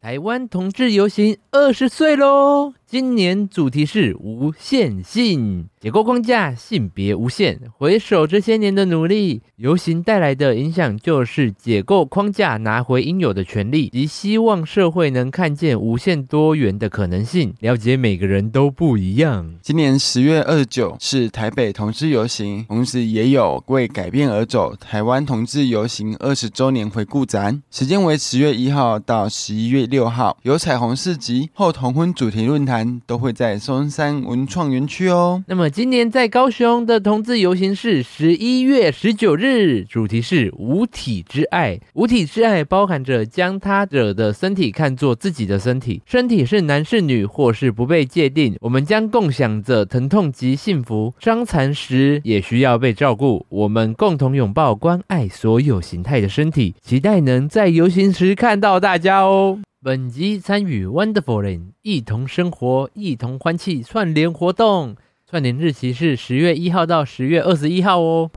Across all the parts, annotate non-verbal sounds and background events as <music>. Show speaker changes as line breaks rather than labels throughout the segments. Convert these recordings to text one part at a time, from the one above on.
台湾同志游行二十岁喽！今年主题是无限性，解构框架，性别无限。回首这些年的努力，游行带来的影响就是解构框架，拿回应有的权利，及希望社会能看见无限多元的可能性，了解每个人都不一样。
今年十月二十九是台北同志游行，同时也有为改变而走台湾同志游行二十周年回顾展，时间为十月一号到十一月六号，有彩虹市集、后同婚主题论坛都会在松山文创园区哦。
那么今年在高雄的同志游行是十一月十九日，主题是无体之爱。无体之爱包含着将他者的身体看作自己的身体，身体是男是女，或是不被界定。我们将共享着疼痛及幸福，伤残时也需要被照顾。我们共同拥抱关爱所有形态的身体，期待能在游行时看到大家哦。本集参与 Wonderful 人一同生活、一同欢气串联活动，串联日期是十月一号到十月二十一号哦。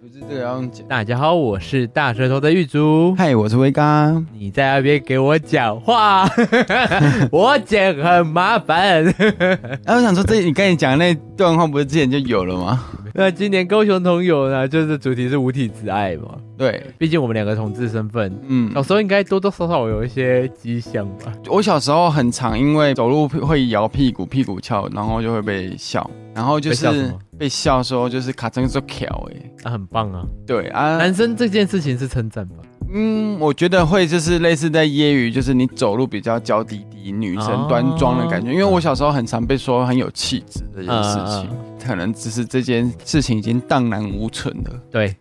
不是这个要用剪。
大家好，我是大舌头的玉竹，
嗨，我是威刚。
你在那边给我讲话， <laughs> 我剪很麻烦。 <laughs>
哎、我想说这，你刚才讲的那段话，不是之前就有了吗？
那今年高雄同友呢，就是主题是无体之爱嘛，
对，
毕竟我们两个同志身份，
嗯
小，时候应该多多少少有一些迹象吧。
我小时候很常因为走路会摇屁股，屁股翘，然后就会被笑，然后就
被笑什
是
么
被笑说就是卡真是巧哎，
那、很棒啊，
对啊，
男生这件事情是称赞吧？
嗯，我觉得会就是类似在揶揄，就是你走路比较娇滴滴、女
哦
生端庄的感觉。因为我小时候很常被说很有气质这件事
嗯
情，可能只是这件事情已经荡然无存了。
对，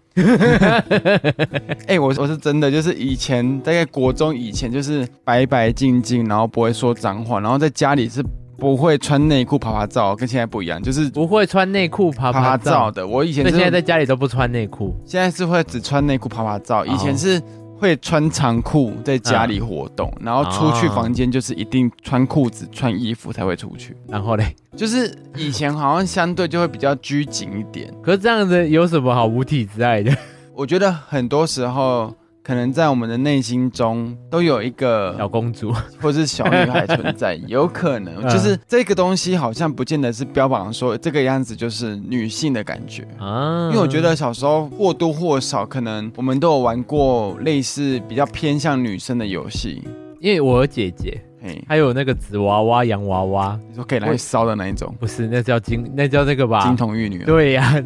哎、我我是真的就是以前大概国中以前就是白白净净，然后不会说脏话，然后在家里是不会穿内裤爬爬照，跟现在不一样，就是
不会穿内裤爬
爬
爬
爬
照
照，的。我以前
那
是
现在在家里都不穿内裤，
现在是会只穿内裤爬爬照，以
哦
前是会穿长裤在家里
嗯
活动，然后出
哦
去房间就是一定穿裤子、穿衣服才会出去。
然后嘞，
就是以前好像相对就会比较拘谨一点，
可是这样子有什么好无体之爱的？
我觉得很多时候可能在我们的内心中都有一
小
个
公主，
或是小女孩存在，有可能 <laughs> 就是这个东西好像不见得是标榜说这个样子就是女性的感觉。
啊
因为我觉得小时候或多或少，可能我们都有玩过类似比较偏向女生的游戏。
因为我有姐姐，
嘿，
还有那个纸娃娃、洋娃娃，
你说可以来烧的那一种，
不是那叫金，那叫那个吧
金？童玉女啊。
对呀、 <laughs>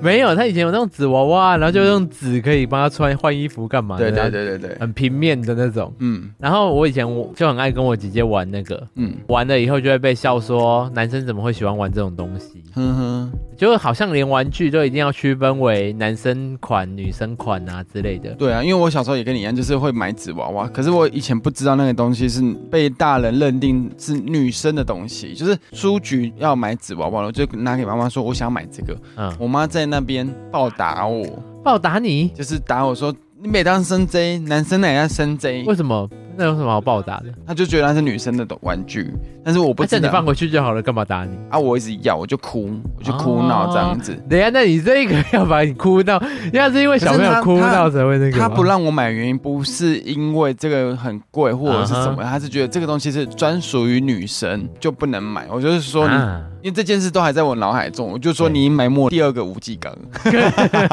没有，她以前有那种纸娃娃，然后就用纸可以帮她穿换衣服干嘛的？
对对，对对对，
很平面的那种。
嗯
然后我以前我就很爱跟我姐姐玩那个，
嗯，
玩了以后就会被笑说男生怎么会喜欢玩这种东西，
哼哼，
就好像连玩具都一定要区分为男生款、女生款啊之类的。
对啊，因为我小时候也跟你一样，就是会买纸娃
嗯
娃，可是我以前不知道那个东西是被大人认定是女生的东西，就是书局要买纸娃娃，我就拿给妈妈说我想买这个，
嗯，
我妈在那边暴打我，
暴打你？
就是打我说你每当生 J，男生哪要生 J，
为什么？那有什么好暴打的？
他就觉得那是女生的玩具，但是我不
那叫
知
你
道
放回去就好了，干嘛打你？
啊，我一直要，我就哭，我就哭
哦
闹这样子。
等一下，那你这个要把你哭闹，要是因为小朋友哭闹才会那个吗
他不让我买的原因不是因为这个很贵或者是什
啊
么他是觉得这个东西是专属于女生就不能买。我就是说你，
啊
因为这件事都还在我脑海中，我就说
对
你埋没第二个吴继
<laughs>
刚， <laughs>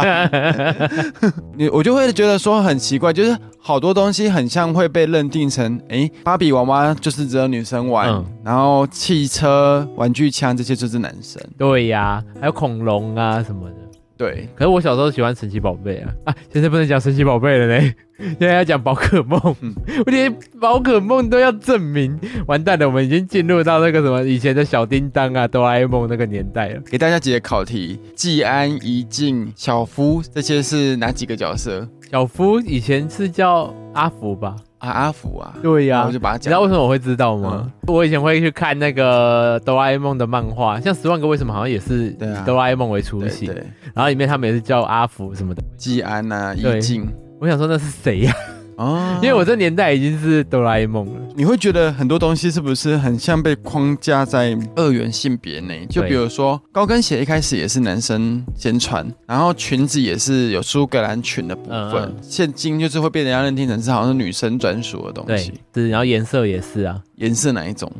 你我就会觉得说很奇怪，就是好多东西很像会被认定成，诶，芭比娃娃就是只有女生玩，
嗯
然后汽车、玩具枪这些就是男生。
对呀、还有恐龙啊什么的。
对，
可是我小时候喜欢神奇宝贝啊啊！现在不能讲神奇宝贝了嘞，现在要讲宝可梦。
嗯
<laughs> 我连宝可梦都要证明，完蛋了，我们已经进入到那个什么以前的小叮当啊、哆啦 A 梦那个年代了。
给大家几个考题：季安、怡静、小夫这些是哪几个角色？
小夫以前是叫阿福吧？
啊，阿福啊，
对呀、
那我就把它
你知道
讲
为。什么我会知道吗？
嗯
我以前会去看那个哆啦 A 梦的漫画，像《十万个为什么》好像也是
对啊
以哆啦 A 梦为雏
对
形，
对，
然后里面他们也是叫阿福什么的。
季安啊，
对
怡静
我想说那是谁呀、
啊，啊
因为我这年代已经是哆啦 A 梦了。
你会觉得很多东西是不是很像被框架在二元性别内？就比如说高跟鞋一开始也是男生先穿，然后裙子也是有苏格兰裙的部
嗯
分，
嗯
现今就是会被人家认定成是好像是女生专属的东
对
西。，
对，然后颜色也是啊。
颜色哪
<laughs>
一种？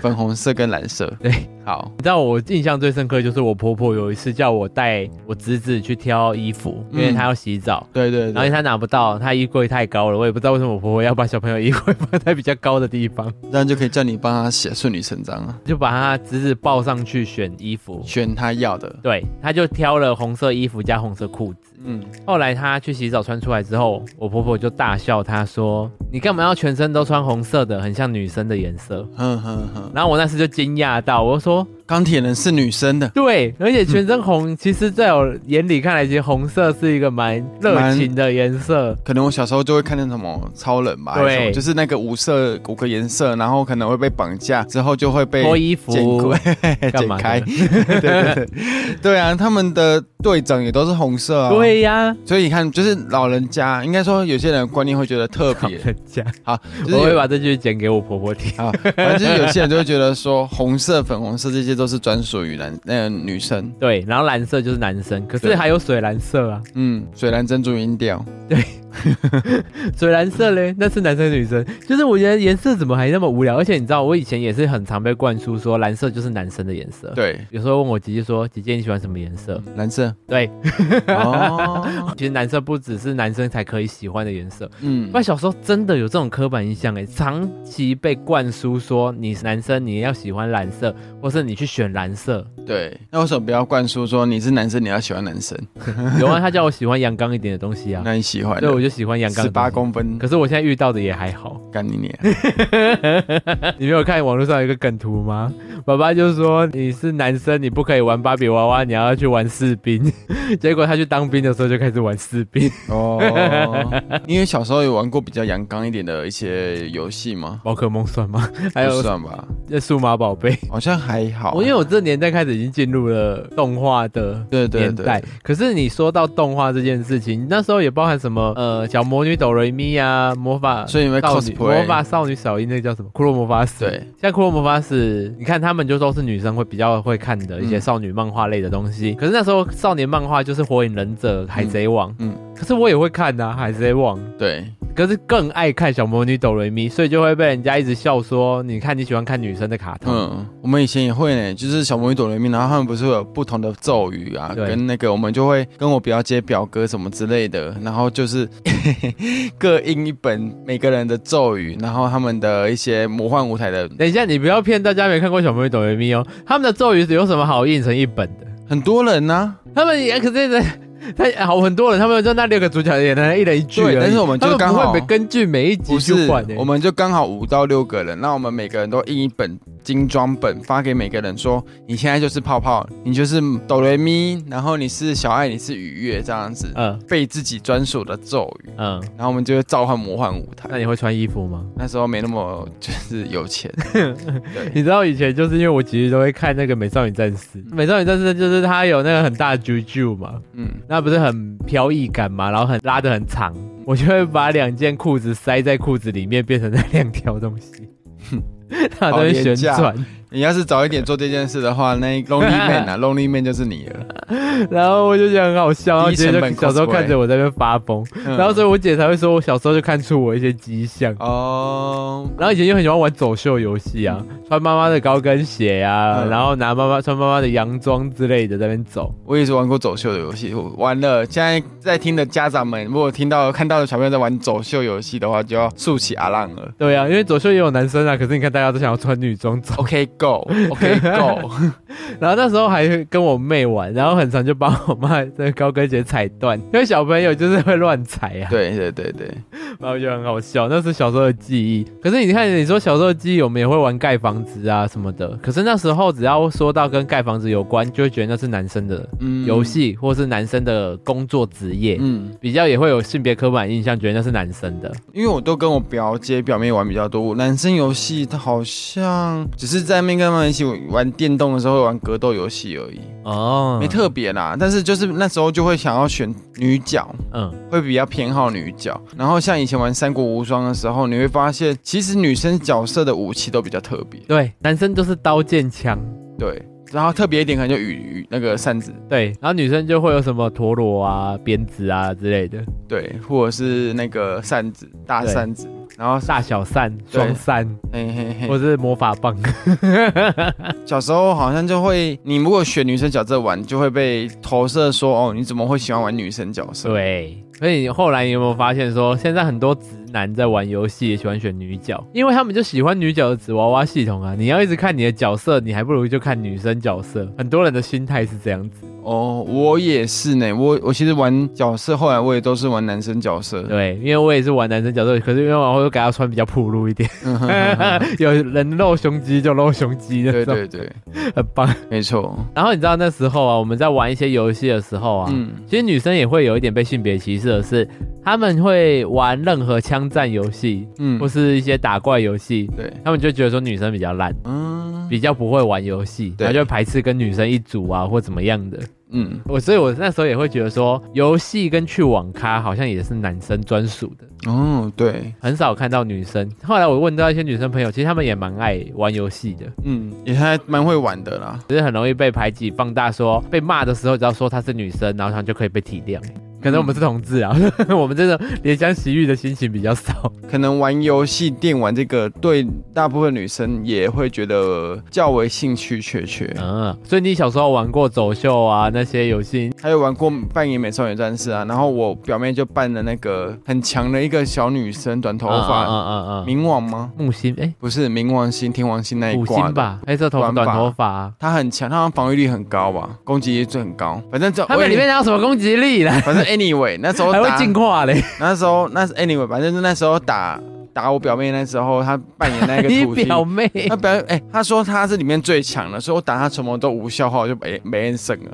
粉红色跟蓝色。
对，
好，
你知道我印象最深刻就是我婆婆有一次叫我带我侄子去挑衣服，因为
嗯
他要洗澡。
对对
然后
对，
他拿不到，他衣柜太高了，我也不知道为什么我婆婆要把小朋友衣柜放在比较高的地方，
这样就可以叫你帮他写顺理成章啊，
就把他侄子抱上去选衣服。
选他要的。
对，他就挑了红色衣服加红色裤子。
嗯，
后来他去洗澡穿出来之后，我婆婆就大笑，她说：“你干嘛要全身都穿红色的，很像女生的颜色
哼哼？”哼，
然后我那时就惊讶到，我就说
钢铁人是女生的：“。
对，而且全身红，其实在我眼里看来，其实红色是一个蛮热
蛮
情的颜色。
可能我小时候就会看那什么超人吧，还是
对
什么就是那个五色五个颜色，然后可能会被绑架，之后就会被
脱衣服
剪 <laughs> 开，
干
剪
嘛
开， <laughs>
的
对对对，对啊，他们的队长也都是红色啊，，
对呀，
所以你看，就是老人家，应该说有些人的观念会觉得特
老 <laughs>
别，
人家，
好，就是
我会
有
把这句剪给我婆婆听。
啊，反正就是有些人就会觉得说红色、粉红色这些都是专属于男那个女生，
对，然后蓝色就是男生，可是
对
还有水蓝色啊，
嗯，水蓝珍珠音调，
水蓝色嘞，那是男生女生，就是我觉得颜色怎么还那么无聊？而且你知道，我以前也是很常被灌输说蓝色就是男生的颜色。
对，嗯
有时候问我姐姐说：“姐姐你喜欢什么颜色
蓝色，？”
对，
哦，
其实蓝色不只是男生才可以喜欢的颜色。
嗯
不然小时候真的有这种刻板印象哎，长期被灌输说你是男生你要喜欢蓝色，或是你去选蓝
<laughs>
色。
对，那为什么不要灌输说你是男生，你要喜欢男生？
有啊，他叫我喜欢阳刚一点的东西啊，
那你喜欢的？
所以我就喜欢阳刚。
十八，公分，
可是我现在遇到的也还好。
干
<laughs>
你脸！
你没有看网络上有一个梗图吗？爸爸就说你是男生，你不可以玩芭比娃娃，你要去玩士兵。 <laughs> 结果他去当兵的时候就开始玩士兵，
哦，因为小时候有玩过比较阳刚一点的一些游戏吗？
宝可梦算吗？还
不
有
算吧，
呃数码宝 <laughs> 贝。
好像还好。啊
我因为我这年代开始已经进入了动画的。
对对
年
对，
代，可是你说到动画这件事情，那时候也包含什么呃小魔女哆瑞咪啊，魔法
所以你们
少女魔
cosplay
法少女小樱那个叫什么骷髅魔法使？
对，
像骷髅魔法使，你看他们就都是女生会比较会看的一些
嗯
少女漫画类的东西。可是那时候少年漫画就是火影忍者、海贼王，嗯
嗯，
可是我也会看呐、海贼王。
对
可是更爱看小魔女哆瑞咪，所以就会被人家一直笑说，你看你喜欢看女生的卡通，
嗯，我们以前也会呢，就是小魔女躲雷咪，然后他们不是会有不同的咒语啊，
对
跟那个我们就会跟我表姐、表哥什么之类的，然后就是 <laughs> 各印一本每个人的咒语，然后他们的一些魔幻舞台的
等一下，你不要骗大家没看过《小魔女哆瑞咪》哦，他们的咒语有什么好印成一本的？
很多人啊呢、
他们也可是在。他好很多人，他们就那六个主角演的一人一句而已，
对但是我们就
他
刚
不
好
会根据每一集
不
去
是
换、欸。，
我们就刚好五到六个人，那我们每个人都印一本精装本发给每个人说，你现在就是泡泡，你就是哆来咪，然后你是小爱，你是愉悦这样子，
嗯
背自己专属的咒语，
嗯，
然后我们就会召唤魔幻舞台
那。你会穿衣服吗？
那时候没那么就是有钱， <laughs> 对，
你知道以前就是因为我其实都会看那个《美少女战士》，《美少女战士》就是它有那个很大的啾啾嘛，
嗯，
那不是很飘逸感嘛，然后很拉的很长，我就会把两件裤子塞在裤子里面，变成那两条东
<laughs>
西，它都会旋
好
转。
你要是早一点做这件事的话，那 <laughs> Lonely Man 啊，Lonely Man 就是你了。
然后我就觉得很好笑，然后
低
姐
成
就
本
小时候
cosplay
看着我在那边发疯，
嗯
然后所以我姐才会说我小时候就看出我一些迹象。
哦，
然后以前就很喜欢玩走秀游戏啊，穿妈妈的高跟鞋啊，
嗯
然后拿妈妈穿妈妈的洋装之类的在那边走。
我也是玩过走秀的游戏，我玩了。现在在听的家长们，如果听到看到的小朋友在玩走秀游戏的话，就要竖起阿浪了。
对啊，因为走秀也有男生啊，可是你看大家都想要穿女装走。
OK go，OK go，
然后那时候还跟我妹玩，然后很常就把我妈的高跟鞋踩断，因为小朋友就是会乱踩啊。
<laughs> 对对对对，
然后就很好笑，那是小时候的记忆。可是你看，你说小时候的记忆，我们也会玩盖房子啊什么的。可是那时候只要说到跟盖房子有关，就会觉得那是男生的
嗯
游，戏，或是男生的工作职业。
嗯，
比较也会有性别刻板印象，觉得那是男生的。
因为我都跟我表姐表妹玩比较多，男生游戏他好像只是在那边跟他们一起玩电动的时候，玩格斗游戏而已，
哦，
没特别啦。但是就是那时候就会想要选女角，
嗯，
会比较偏好女角。然后像以前玩《三国无双》的时候，你会发现其实女生角色的武器都比较特别，
对，男生都是刀剑枪，
对。然后特别一点可能就雨雨那个扇子，
对，然后女生就会有什么陀螺啊、鞭子啊之类的，
对，或者是那个扇子大
对
扇子，然后
大小扇、
对
双扇，
嘿嘿嘿
或，是魔法
<laughs>
棒。
小时候好像就会，你如果选女生角色玩，就会被投射说哦，你怎么会喜欢玩女生角色？
对，所以后来你有没有发现说，现在很多直男在玩游戏也喜欢选女角，因为他们就喜欢女角的纸娃娃系统啊。你要一直看你的角色，你还不如就看女生角色。很多人的心态是这样子。
哦，我也是呢，我我其实玩角色，后来我也都是玩男生角色。
对，因为我也是玩男生角色，可是因为我会给他穿比较暴露一点，
<laughs> 嗯哼哼哼
有人露胸肌就露胸肌那
对
种，
对对，
很棒。
没错。
然后你知道那时候啊，我们在玩一些游戏的时候啊，
嗯，
其实女生也会有一点被性别歧视的是，他们会玩任何枪战游戏
嗯
或是一些打怪游戏，
对，
他们就觉得说女生比较烂，
嗯
比较不会玩游戏，
对
然后就会排斥跟女生一组啊或怎么样的。
嗯，
我所以，我那时候也会觉得说，游戏跟去网咖好像也是男生专属的，
哦，对，
很少看到女生。后来我问到一些女生朋友，其实她们也蛮爱玩游戏的，
嗯，也还蛮会玩的啦。
只是很容易被排挤、放大说，被骂的时候只要说她是女生，然后她就可以被体谅。可能我们是同志啊， <laughs> 我们这种怜香惜玉的心情比较少。
可能玩游戏、电玩这个，对大部分女生也会觉得较为兴趣缺缺。
嗯，所以你小时候玩过走秀啊那些游戏，
还有玩过扮演美少女战士啊，然后我表妹就扮了那个很强的一个小女生，短头发，
嗯嗯嗯嗯，
冥王吗？
木星哎，
不是冥王星、天王星那一
五
挂
星
哎的。
吧，黑色头发
短发
短头发啊，
她很强，她好像防御力很高吧，攻击力就很高。反正这
他们里面，哪有什么攻击力啦？
反正 anyway，那时候
还
打
会进化嘞！
那时候那是 anyway，反正那时候打打我表妹那时候，她扮演 <laughs> 那个
你
土星。
表妹， <laughs>
她表哎、她说她是里面最强的，所以我打她什么都无效后，我就哎没没人胜了。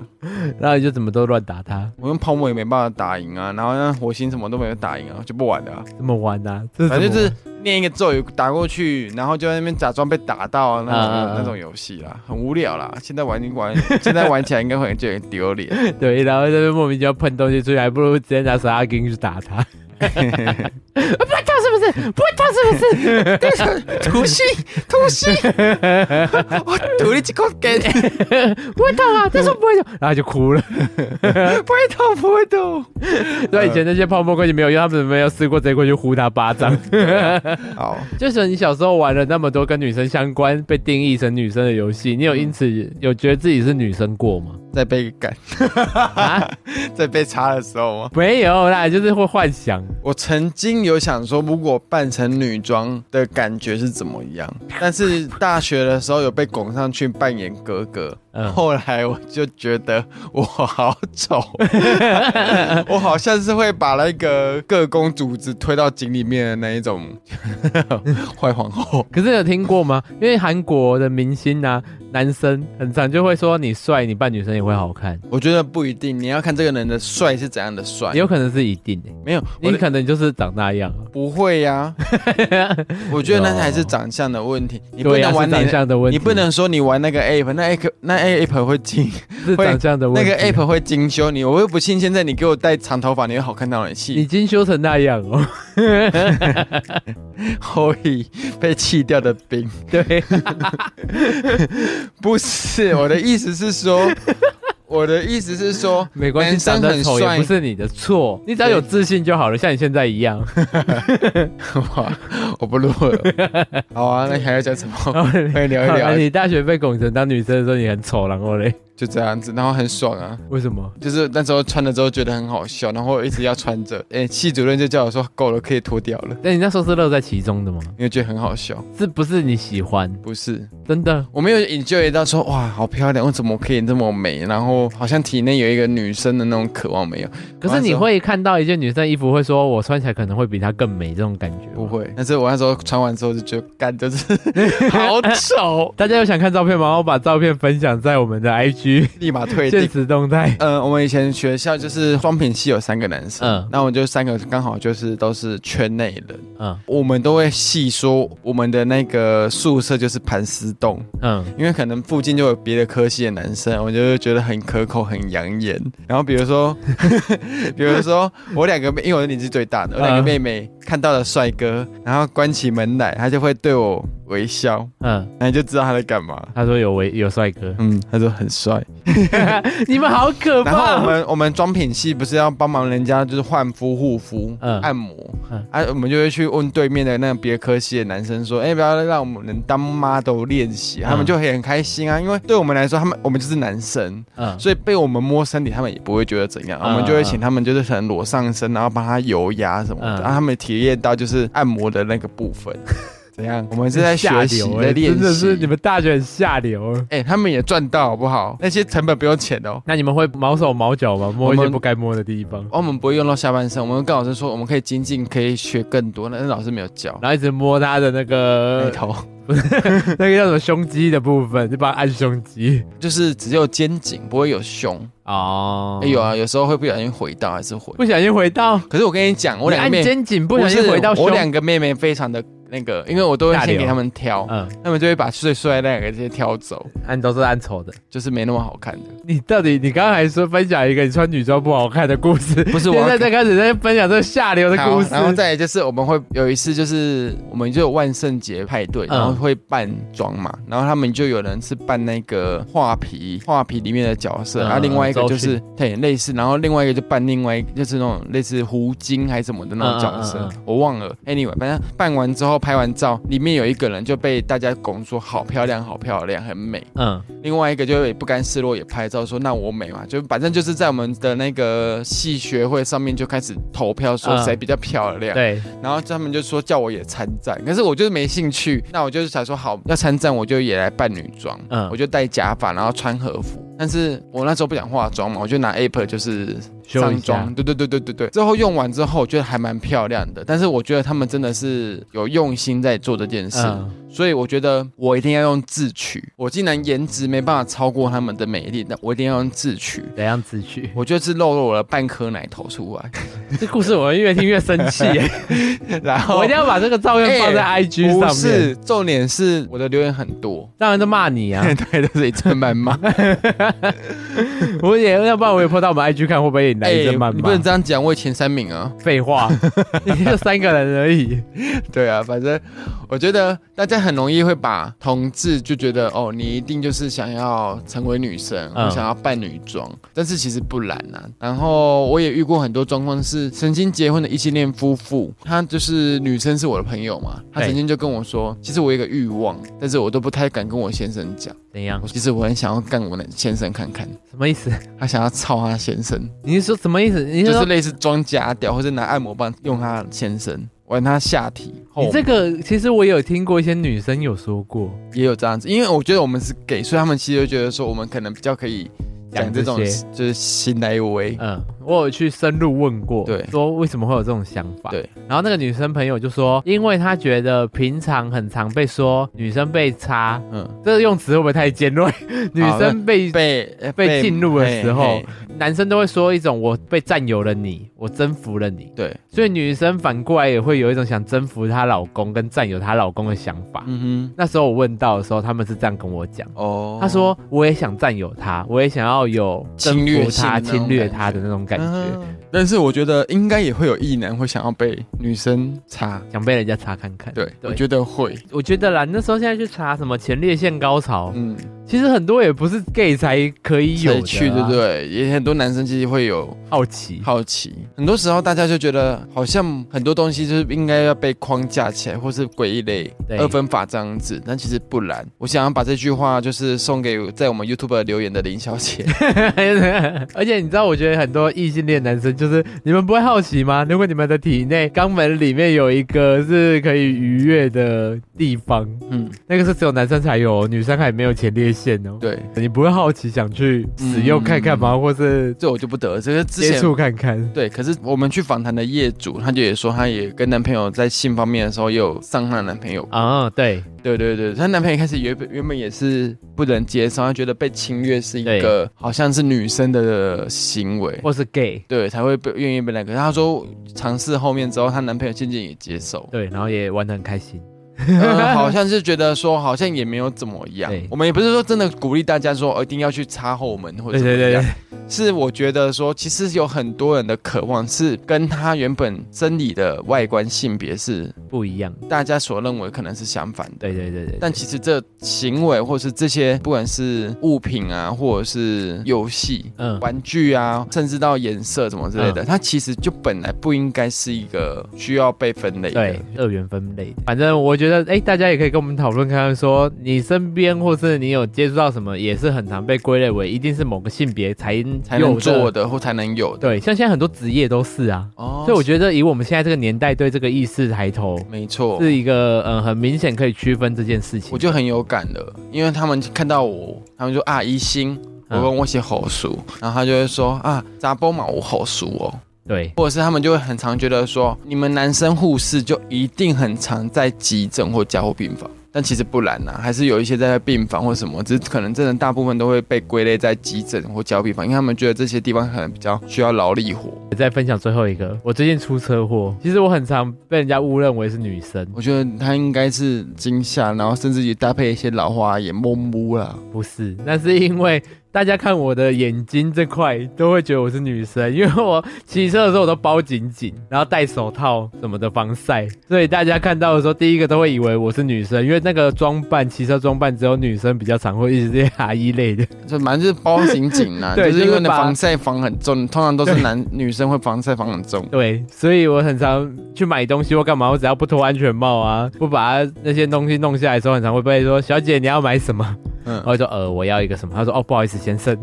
然后你就怎么都乱打他，
我用泡沫也没办法打赢啊，然后那火星什么都没有打赢啊，就不玩了啊、
这么玩啊？这
反
怎
正
么
就是念一个咒语打过去，然后就在那边假装被打到啊那种、
嗯嗯嗯
那种游戏啦，很无聊啦。现在玩玩，现在玩起来应该会觉得很丢脸。
对，然后在那边莫名其妙喷东西出去，还不如直接拿手拉筋去打他。不会跳是不是？不会跳是不是？
土星，土 <laughs> 星，我吐你几口给， <laughs>
不会痛啊！再说不会 <laughs> 痛，然后就哭了。
不会痛，不会痛。
对，以前那些泡沫棍就没有用，他们没有试过直接过去呼他巴 <laughs> 掌。
好，
就是你小时候玩了那么多跟女生相关、被定义成女生的游戏，你有因此有觉得自己是女生过 <laughs> 吗？
在被干，
啊，
<laughs> 在被插的时候吗？
没有啦，就是会幻想。
我曾经有想说，如果扮成女装的感觉是怎么
<laughs>
样，但是大学的时候有被拱上去扮演哥哥，
嗯，
后来我就觉得我好
<laughs>
丑， <laughs> 我好像是会把那个各宫组织推到井里面的那
<laughs>
一种坏皇后。
可是有听过吗？因为韩国的明星啊，男生很常就会说你帅，你扮女生也会好看，
我觉得不一定，你要看这个人的帅是怎样的帅。
也有可能是一定的、
没有，我
你
的
可能就是长那样啊。
不会
<laughs>
呀、我觉得那还是长相的问题，你不
对啊
能玩
是
你的
长相的问题，
你不能说你玩那个 app，那 app 那 app 会精，
是
会
长相的
那
问题。
个 app 会精修你。我又不信现在你给我戴长头发，你会好看到哪里去
你？精修成那样
<laughs>
哦。
后羿被弃掉的兵，
对，
不是我的意思是
<laughs>
说，我的意思是说，
没关系，
男
长
生
得
很
丑也
帅
不，是你的错，你只要有自信就好了，像你现在一样。
哇，我不录了。 <laughs> 好啊，那你还要讲什么？可以聊
<laughs>
一
好哎
聊，
你大学被拱成当女生的时候，你很丑，然后嘞， <laughs>
就这样子，然后很爽啊。
为什么？
就是那时候穿了之后觉得很好笑，然后我一直要穿着，哎、系主任就叫我说够了，可以脱掉了，
但你那时候是乐在其中的吗？
因为觉得很好笑。
是不是你喜欢？
不是，
真的？
我没有 enjoy 到说哇，好漂亮，我怎么可以这么美？然后好像体内有一个女生的那种渴望没有？
可是你会看到一件女生衣服，会说我穿起来可能会比她更美这种感觉吗？
不会，但是我那时候穿完之后就觉得，干就是 <laughs> 好丑。
<laughs> 大家有想看照片吗？我把照片分享在我们的 IG IG
立马退
现
订。
实动态，
呃，我们以前学校就是双品系有三个男生，
嗯
那我们就三个刚好就是都是圈内人，
嗯
我们都会细说我们的那个宿舍就是盘丝洞，
嗯，
因为可能附近就有别的科系的男生，我就会觉得很可口、很养眼。然后比如说， <laughs> 比如说我两个妹，因为我的年纪最大的，我两个
嗯
妹妹看到了帅哥，然后关起门来，她就会对我微笑，
嗯，
那你就知道她在干嘛。，
他说有为有帅哥
嗯，她说很帅。
<laughs> 你们好可
然后我
怕，
们我们妆品系不是要帮忙人家就是换肤护肤、
嗯
按摩，
嗯
啊，我们就会去问对面的那个别科系的男生说，哎、不要让我们当 model 练习，他们
嗯
就会很开心啊，因为对我们来说，他们我们就是男生，
嗯
所以被我们摸身体，他们也不会觉得怎样，
嗯
我们就会请他们就是可能裸上身，然后帮他油压什么的，啊
嗯
让他们体验到就是按摩的那个部分。怎样？我们是
<laughs>
在学习
下流，
在
欸
练习，
真的是你们大学很下流。
哎、他们也赚到好不好？那些成本不用钱哦。
那你们会毛手毛脚吗？摸一
我
些
们
不该摸的地方，
哦，我们不会用到下半身，我们跟老师说我们可以精进，可以学更多，但是老师没有教。
然后一直摸他的那
呃，
个
头
那个叫什么胸肌的部分，就帮他按胸肌。
就是只有肩颈，不会有胸。
哦
哎，有，啊，有时候会不小心回到，还是回。
不小心回到
可是我跟你讲，我
你
两个
按
妹
肩颈，不小
是
心回到胸
我。两个妹妹非常的那个，因为我都会
大
先给
流
他们挑，
嗯，
他们就会把最帅的那两个直接挑走，
按都是按丑的。
就是没那么好看的。
你到底你刚刚还说分享一个你穿女装不好看的故事，
不是我
现
要
在在开始在分享这个下流的
好
故事。
然后再来就是我们会有一次就是我们就有万圣节派对，
嗯
然后会扮装嘛，然后他们就有人是扮那个画皮，画皮里面的角色，
嗯
然后另外一个
周
就
迅
是对类似，然后另外一个就扮另外一个就是那种类似狐精还是什么的那种角色，
嗯嗯嗯
我忘了。Anyway，反正扮完之后拍完照，里面有一个人就被大家拱说好漂亮，好漂亮，很美。
嗯
另外一个就也不甘示弱，也拍照说那我美嘛，就反正就是在我们的那个系学会上面就开始投票说
嗯
谁比较漂亮，
对，
然后他们就说叫我也参战，可是我就是没兴趣，那我就是想说好要参战我就也来扮女装，
嗯
我就戴假发然后穿和服，但是我那时候不想化妆嘛，我就拿 app 就是
修一
上
下
妆，。对对对对对对，最后用完之后我觉得还蛮漂亮的，但是我觉得他们真的是有用心在做这件事，
嗯，
所以我觉得我一定要用自取。我既然颜值没办法超过他们的美丽，那我一定要用自取。
怎样自取？
我就是露了我的半颗奶头出来，
<laughs> 这故事我越听越生气 <laughs> 耶，
<laughs> 然后
我一定要把这个照片放在
哎
IG 上面。
不是重点是我的留言很多，哎
让人都骂你啊！
<laughs> 对，都是一阵谩 <laughs> 骂。
我也要不然我也泼到我们 IG 看会不会也来一阵谩骂。
哎你不能这样讲，我也前三名啊。
废话， <laughs> 你就三个人而已。
<laughs> 对啊，反正我觉得大家很容易会把同志就觉得哦，你一定就是想要成为女生，
嗯
或想要扮女装，但是其实不然呐、然后我也遇过很多状况是曾经结婚的异性恋夫妇，他就是女生是我的朋友嘛，他
对
曾经就跟我说，其实我有一个欲望，但是我都不太敢跟我先生讲，
怎样
我？其实我很想要干我的先生看看，
什么意思？
他想要操他先生。
你是说什么意思？你
就是是
说
类似装假屌，或者拿按摩棒用他先生玩他下体后
你
面，
这个其实我有听过一些女生有说过，
也有这样子，因为我觉得我们是给，所以他们其实就觉得说我们可能比较可以讲
讲
这
这
种
些
就是新来威，
嗯，我有去深入问过，
对
说为什么会有这种想法？
对。
然后那个女生朋友就说，因为她觉得平常很常被说女生被插，
嗯，
这个用词会不会太尖
<laughs>
锐？女生被
被呃
被进入的时候
嘿嘿，
男生都会说一种我被占有了你，我征服了你，
对，
所以女生反过来也会有一种想征服她老公跟占有她老公的想法。
嗯
那时候我问到的时候，他们是这样跟我讲。
哼，哦，
他说：“我也想占有她，我也想要有征
侵略
服
性的
她、
那
侵
种
略
感
她
觉
的那种感觉。
嗯但是我觉得应该也会有异男会想要被女生插，
想被人家查看看。
对，
对
我觉得会，
我觉得啦，那时候现在去查什么前列腺高潮，
嗯，
其实很多也不是 gay 才可以有的、啊
有趣，对不？对？也很多男生其实会有
好奇，啊
好奇。很多时候大家就觉得好像很多东西就是应该要被框架起来，或是归类
对
二分法这样子，但其实不然。我想要把这句话就是送给在我们 YouTube 留言的林小姐，
<laughs> 而且你知道，我觉得很多异性恋男生就是你们不会好奇吗？如果你们的体内肛门里面有一个是可以愉悦的地方，
嗯，
那个是只有男生才有哦，女生还没有前列腺哦。
<laughs> 对。
你不会好奇想去使用看看吗？或的
这我就不得了，这个之
接
前
触看看。
对，可是我们去访谈的业主，他就也说，他也跟男朋友在性方面的时候，也有上她的男朋友。
啊，对，
对对对，她男朋友一开始原本原本也是不能接受，他觉得被侵略是一个好像是女生的行为，
或是 gay，，
对，才会被愿意被那个。她说尝试后面之后，她男朋友渐渐也接受
<laughs> 对，然后也玩的很开心。
呃好像是觉得说好像也没有怎么样
对。
我们也不是说真的鼓励大家说哦一定要去插后门或
对
者怎么
对
样，
对对，
<laughs> 是我觉得说，其实有很多人的渴望是跟他原本生理的外观性别是
不一样。
大家所认为可能是相反的。
对对对对，
但其实这行为，或是这些，不管是物品啊，或者是游戏、
嗯，
玩具啊，甚至到颜色什么之类的，它其实就本来不应该是一个需要被分类的
对。，二元分类的。反正我觉得，哎，大家也可以跟我们讨论看看说，你身边或是你有接触到什么，也是很常被归类为一定是某个性别才
才能
有
做
的。
的或才能有的。
对，像现在很多职业都是啊，
哦
所以我觉得以我们现在这个年代对这个意识抬头，
没错，
是一个呃很明显可以区分这件事情。
我就很有感了，因为他们看到我，他们说啊，一星，
嗯
我跟我写好书，然后他就会说啊，咋波嘛，我好书哦，
对
或者是他们就会很常觉得说，你们男生护士就一定很常在急诊或加护病房。但其实不然呐、还是有一些在病房或什么，只是可能真的大部分都会被归类在急诊或加护病房，因为他们觉得这些地方可能比较需要劳力活。
我再分享最后一个，我最近出车祸，其实我很常被人家误认为是女生，
我觉得他应该是惊吓，然后甚至也搭配一些老花眼、蒙目啦。
不是，那是因为大家看我的眼睛这块都会觉得我是女生，因为我骑车的时候我都包紧紧，然后戴手套什么的防晒，所以大家看到的时候，第一个都会以为我是女生，因为那个装扮骑车装扮只有女生比较常会一直这些阿姨类的。 <laughs>
就反正就是包紧紧啦，就
对
是因为你
就是把
防晒防很重，通常都是男女生会防晒防很
<laughs>
重。
对，所以我很常去买东西或干嘛，我只要不脱安全帽啊，不把它那些东西弄下来的时候，很常会被说：“小姐，你要买什么？”
嗯
然，后我就说：“呃，我要一个什么？”他说：“哦，不好意思，先生。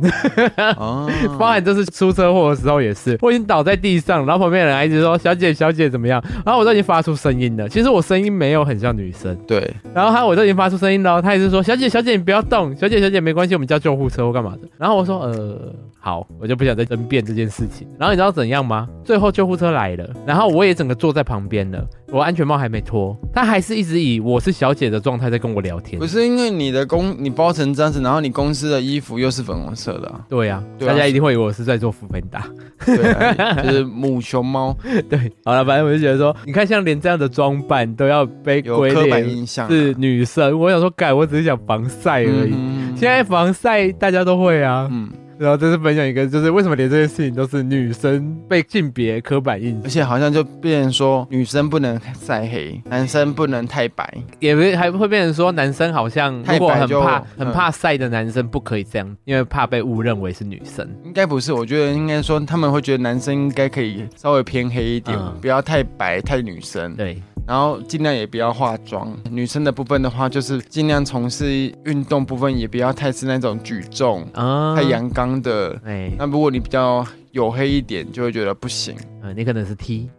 哦，
包含这次出车祸的时候也是，我已经倒在地上，然后旁边的人还一直说：“小姐，小姐怎么样？”然后我都已经发出声音了，其实我声音没有很像女生，
对，
然后他我都已经发出声音了，他也是说：“小姐，小姐你不要动，小姐，小姐没关系，我们叫救护车或干嘛的。”然后我说：“呃，好，我就不想再争辩这件事情。”然后你知道怎样吗？最后救护车来了，然后我也整个坐在旁边了，我安全帽还没脱，他还是一直以我是小姐的状态在跟我聊天
不。是因为你的公你包成这样子，然后你公司的衣服又是粉红色的、啊，
对呀、
对啊
大家一定会以为我是在做副本打。
对、啊，就是母
<laughs>
熊猫
对，好了，反正我就觉得说，你看，像连这样的装扮都要被
有
归
刻板
类
印象、啊，
是女生，我想说，改，我只是想防晒而已。
嗯
现在防晒大家都会啊，
嗯，
然后这是分享一个，就是为什么连这件事情都是女生被性别刻板印
而
象，
且好像就变成说女生不能晒黑，男生不能太白，
也不是还会变成说男生好像
太白
如果很
就
怕
嗯
很怕晒的男生不可以这样，因为怕被误认为是女生。
应该不是，我觉得应该说他们会觉得男生应该可以稍微偏黑一点，
嗯
不要太白太女生，
对，
然后尽量也不要化妆。女生的部分的话，就是尽量从事运动部分，也不要太是那种举重、
啊
太，阳刚的。
哎、
那如果你比较黝黑一点，就会觉得不行。
呃你可能是 T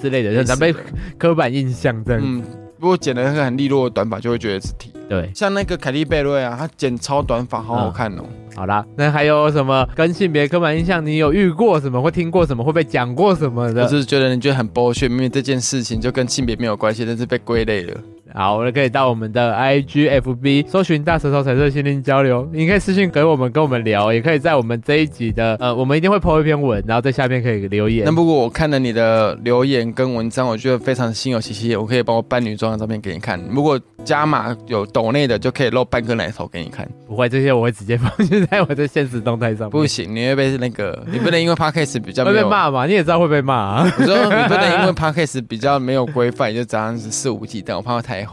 之类的，就
类
是
似
咱被
的
刻板印象这样。
嗯，如果剪了一个很利落的短发，就会觉得是 T。
对。
像那个凯莉贝瑞啊，她剪超短发，好好看哦。
好啦，那还有什么跟性别刻板印象？你有遇过什么？或听过什么？会被讲过什么
我
的？
只是觉得你觉得很剥削，明明这件事情就跟性别没有关系，但是被归类了。
好，那可以到我们的 I G F B 搜寻“大舌头彩色心灵交流”，你可以私信给我们，跟我们聊，也可以在我们这一集的呃，我们一定会 po 一篇文，然后在下面可以留言
那。如果我看了你的留言跟文章，我觉得非常心有戚戚，我可以把我扮女装的照片给你看。如果加码有抖内的，就可以露半个奶头给你看。
不会，这些我会直接放进在我的现实动态上面。
不行，你会被那个，你不能因为 podcast 比较
会
没
被
有，
骂嘛？你也知道会被骂、啊，
我说你不能因为 podcast 比较没有规范，你就早上是肆无忌惮，我怕会太红。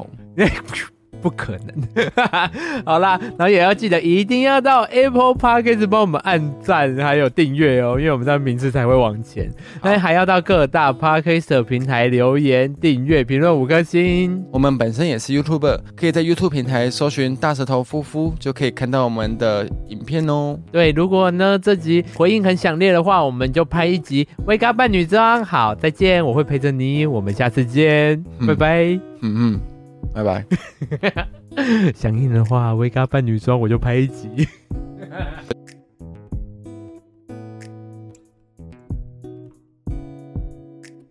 不可能。 <laughs> 好啦，然后也要记得一定要到 Apple Podcast 帮我们按赞，还有订阅哦，因为我们这样名次才会往前。那还要到各大 Podcast 的平台留言、订阅、评论五颗星。
我们本身也是 YouTuber，可以在 YouTube 平台搜寻“大舌头夫妇”，就可以看到我们的影片哦。
对，如果呢这集回应很响烈的话，我们就拍一集《微嘎扮女装》。好，再见，我会陪着你，我们下次见，
嗯
拜拜。 <laughs>
嗯嗯，拜拜。
响应的话，《微嘎扮女装》我就拍一集。